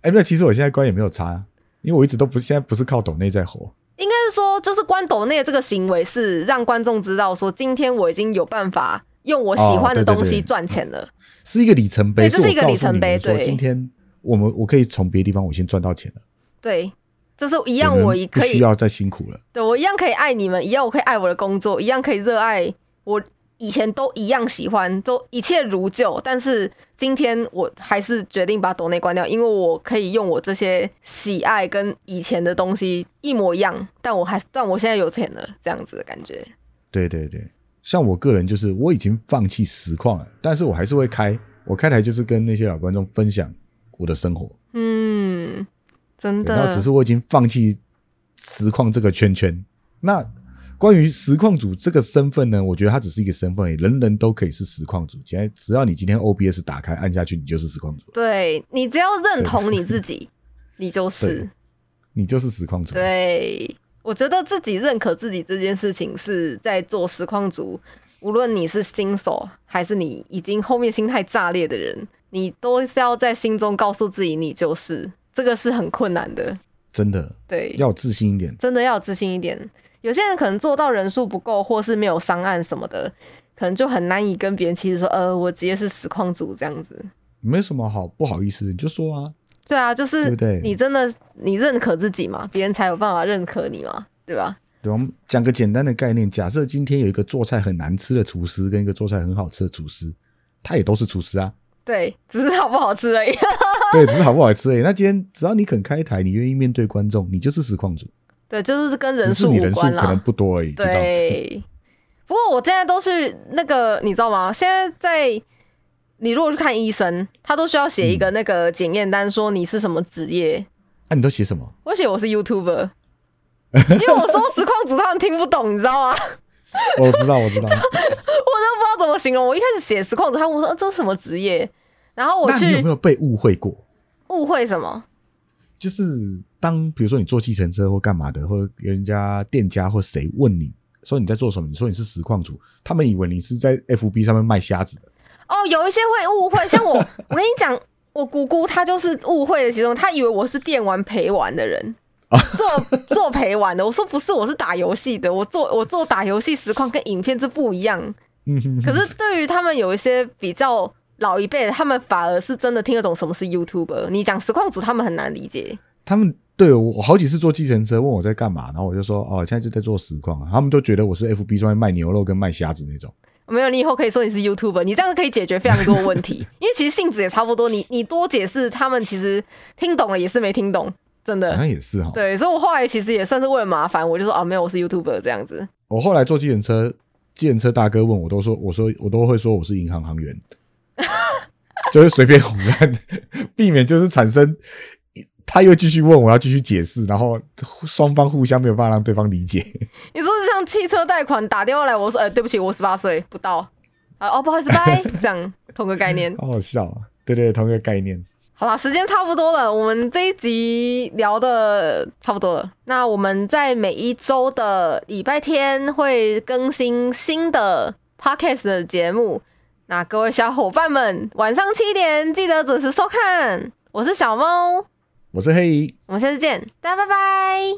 Speaker 2: 哎，没有，其实我现在关也没有差，因为我一直都不现在不是靠抖内在活。
Speaker 1: 应该是说，就是关抖内这个行为是让观众知道说，今天我已经有办法用我喜欢的
Speaker 2: 哦对对
Speaker 1: 东西
Speaker 2: 对
Speaker 1: 赚钱了。
Speaker 2: 是一个里程
Speaker 1: 对
Speaker 2: 碑，
Speaker 1: 这是
Speaker 2: 我
Speaker 1: 一个
Speaker 2: 告诉
Speaker 1: 里程碑
Speaker 2: 你们说
Speaker 1: 对
Speaker 2: 今天我们我可以从别的地方我先赚到钱了，
Speaker 1: 对，就是一样，
Speaker 2: 你们
Speaker 1: 我也
Speaker 2: 不
Speaker 1: 可以
Speaker 2: 需要再辛苦了。
Speaker 1: 对我一样可以爱你们，一样我可以爱我的工作，一样可以热爱我以前都一样喜欢，都一切如旧。但是今天我还是决定把抖内关掉，因为我可以用我这些喜爱跟以前的东西一模一样，但我还但我现在有钱了，这样子的感觉。
Speaker 2: 对对对，像我个人就是我已经放弃实况了，但是我还是会开，我开台就是跟那些老观众分享我的生活，
Speaker 1: 嗯，真
Speaker 2: 对然
Speaker 1: 的
Speaker 2: 后只，是我已经放弃实况这个圈圈。那关于实况组这个身份呢，我觉得它只是一个身份而已，人人都可以是实况组。今天只要你今天 OBS 打开按下去，你就是实况组，
Speaker 1: 对你只要认同你自己，你就是。
Speaker 2: 你就是实况组。
Speaker 1: 对，我觉得自己认可自己这件事情是在做实况组，无论你是新手还是你已经后面心态炸裂的人，你都是要在心中告诉自己你就是，这个是很困难的。
Speaker 2: 真的
Speaker 1: 对，
Speaker 2: 要有自信一点。
Speaker 1: 真的要有自信一点。有些人可能做到人数不够，或是没有上岸什么的，可能就很难以跟别人其实说，呃，我直接是实况组这样子。
Speaker 2: 没什么好不好意思，你就说啊。
Speaker 1: 对啊，就是
Speaker 2: 对不对
Speaker 1: 你真的你认可自己嘛，别人才有办法认可你嘛，对吧？
Speaker 2: 对吧，我们讲个简单的概念，假设今天有一个做菜很难吃的厨师，跟一个做菜很好吃的厨师，他也都是厨师啊，
Speaker 1: 对，只是好不好吃而已。
Speaker 2: 对，只是好不好吃而已。那今天只要你肯开台，你愿意面对观众，你就是实况组，
Speaker 1: 对，就是跟人
Speaker 2: 只是
Speaker 1: 数
Speaker 2: 你
Speaker 1: 无
Speaker 2: 人数
Speaker 1: 关
Speaker 2: 可能
Speaker 1: 啦。
Speaker 2: 不多而已，就这样子。
Speaker 1: 对，不过我现在都去那个，你知道吗？现在在你如果去看医生，他都需要写一个那个检验单，说你是什么职业。
Speaker 2: 那、你都写什么？
Speaker 1: 我写我是 YouTuber，因为我说实况组他们听不懂，你知道吗？我 <laughs> 都
Speaker 2: 我知道，我知道。
Speaker 1: 不知道怎么形容。我一开始写实况组，他问我说、呃、这是什么职业，然 <laughs> 后我
Speaker 2: 那你有
Speaker 1: 去
Speaker 2: 没有被误会过？
Speaker 1: 误会什么？
Speaker 2: 就是当比如说你坐计程车或干嘛的，或者人家店家或谁问你说你在做什么，你说你是实况组，他们以为你是在 FB 上面卖虾子的。
Speaker 1: 哦，有一些会误会，像我，我跟你讲，我姑姑她就是误会了其中，她以为我是电玩陪玩的人， <laughs> 做做陪玩的。我说不是，我是打游戏的，我做我做打游戏实况跟影片是不一样。
Speaker 2: 嗯哼哼
Speaker 1: 可是对于他们有一些比较老一辈的，他们反而是真的听得懂什么是 YouTuber。你讲实况组，他们很难理解。
Speaker 2: 他们对我我好几次坐计程车问我在干嘛，然后我就说哦，现在就在做实况啊，他们都觉得我是 FB 上面卖牛肉跟卖虾子那种。
Speaker 1: 没有，你以后可以说你是 YouTuber，你这样可以解决非常多问题，因为其实性质也差不多。你你多解释，他们其实听懂了也是没听懂，真的
Speaker 2: 好。像也是哈。
Speaker 1: 对，所以我后来其实也算是为了麻烦，我就说啊，没有，我是 YouTuber 这样子。
Speaker 2: 我后来坐计程车，计程车大哥问我都说，我说我都会说我是银行
Speaker 1: <laughs>
Speaker 2: 行员，就是随便胡乱，避免就是产生他又继续问我要继续解释，然后双方互相没有办法让对方理解。
Speaker 1: 你说就像汽车贷款打电话来，我说，呃，对不起，我十八岁不到，啊，哦，不好意思，拜， <laughs> 这样同个概念。
Speaker 2: 好好笑啊！对对，同一个概念。
Speaker 1: 好啦，时间差不多了，我们这一集聊的差不多了。那我们在每一周的礼拜天会更新新的 podcast 的节目。那各位小伙伴们，晚上七点记得准时收看，我是小猫，
Speaker 2: 我是黑姨，
Speaker 1: 我们下次见，大家拜拜。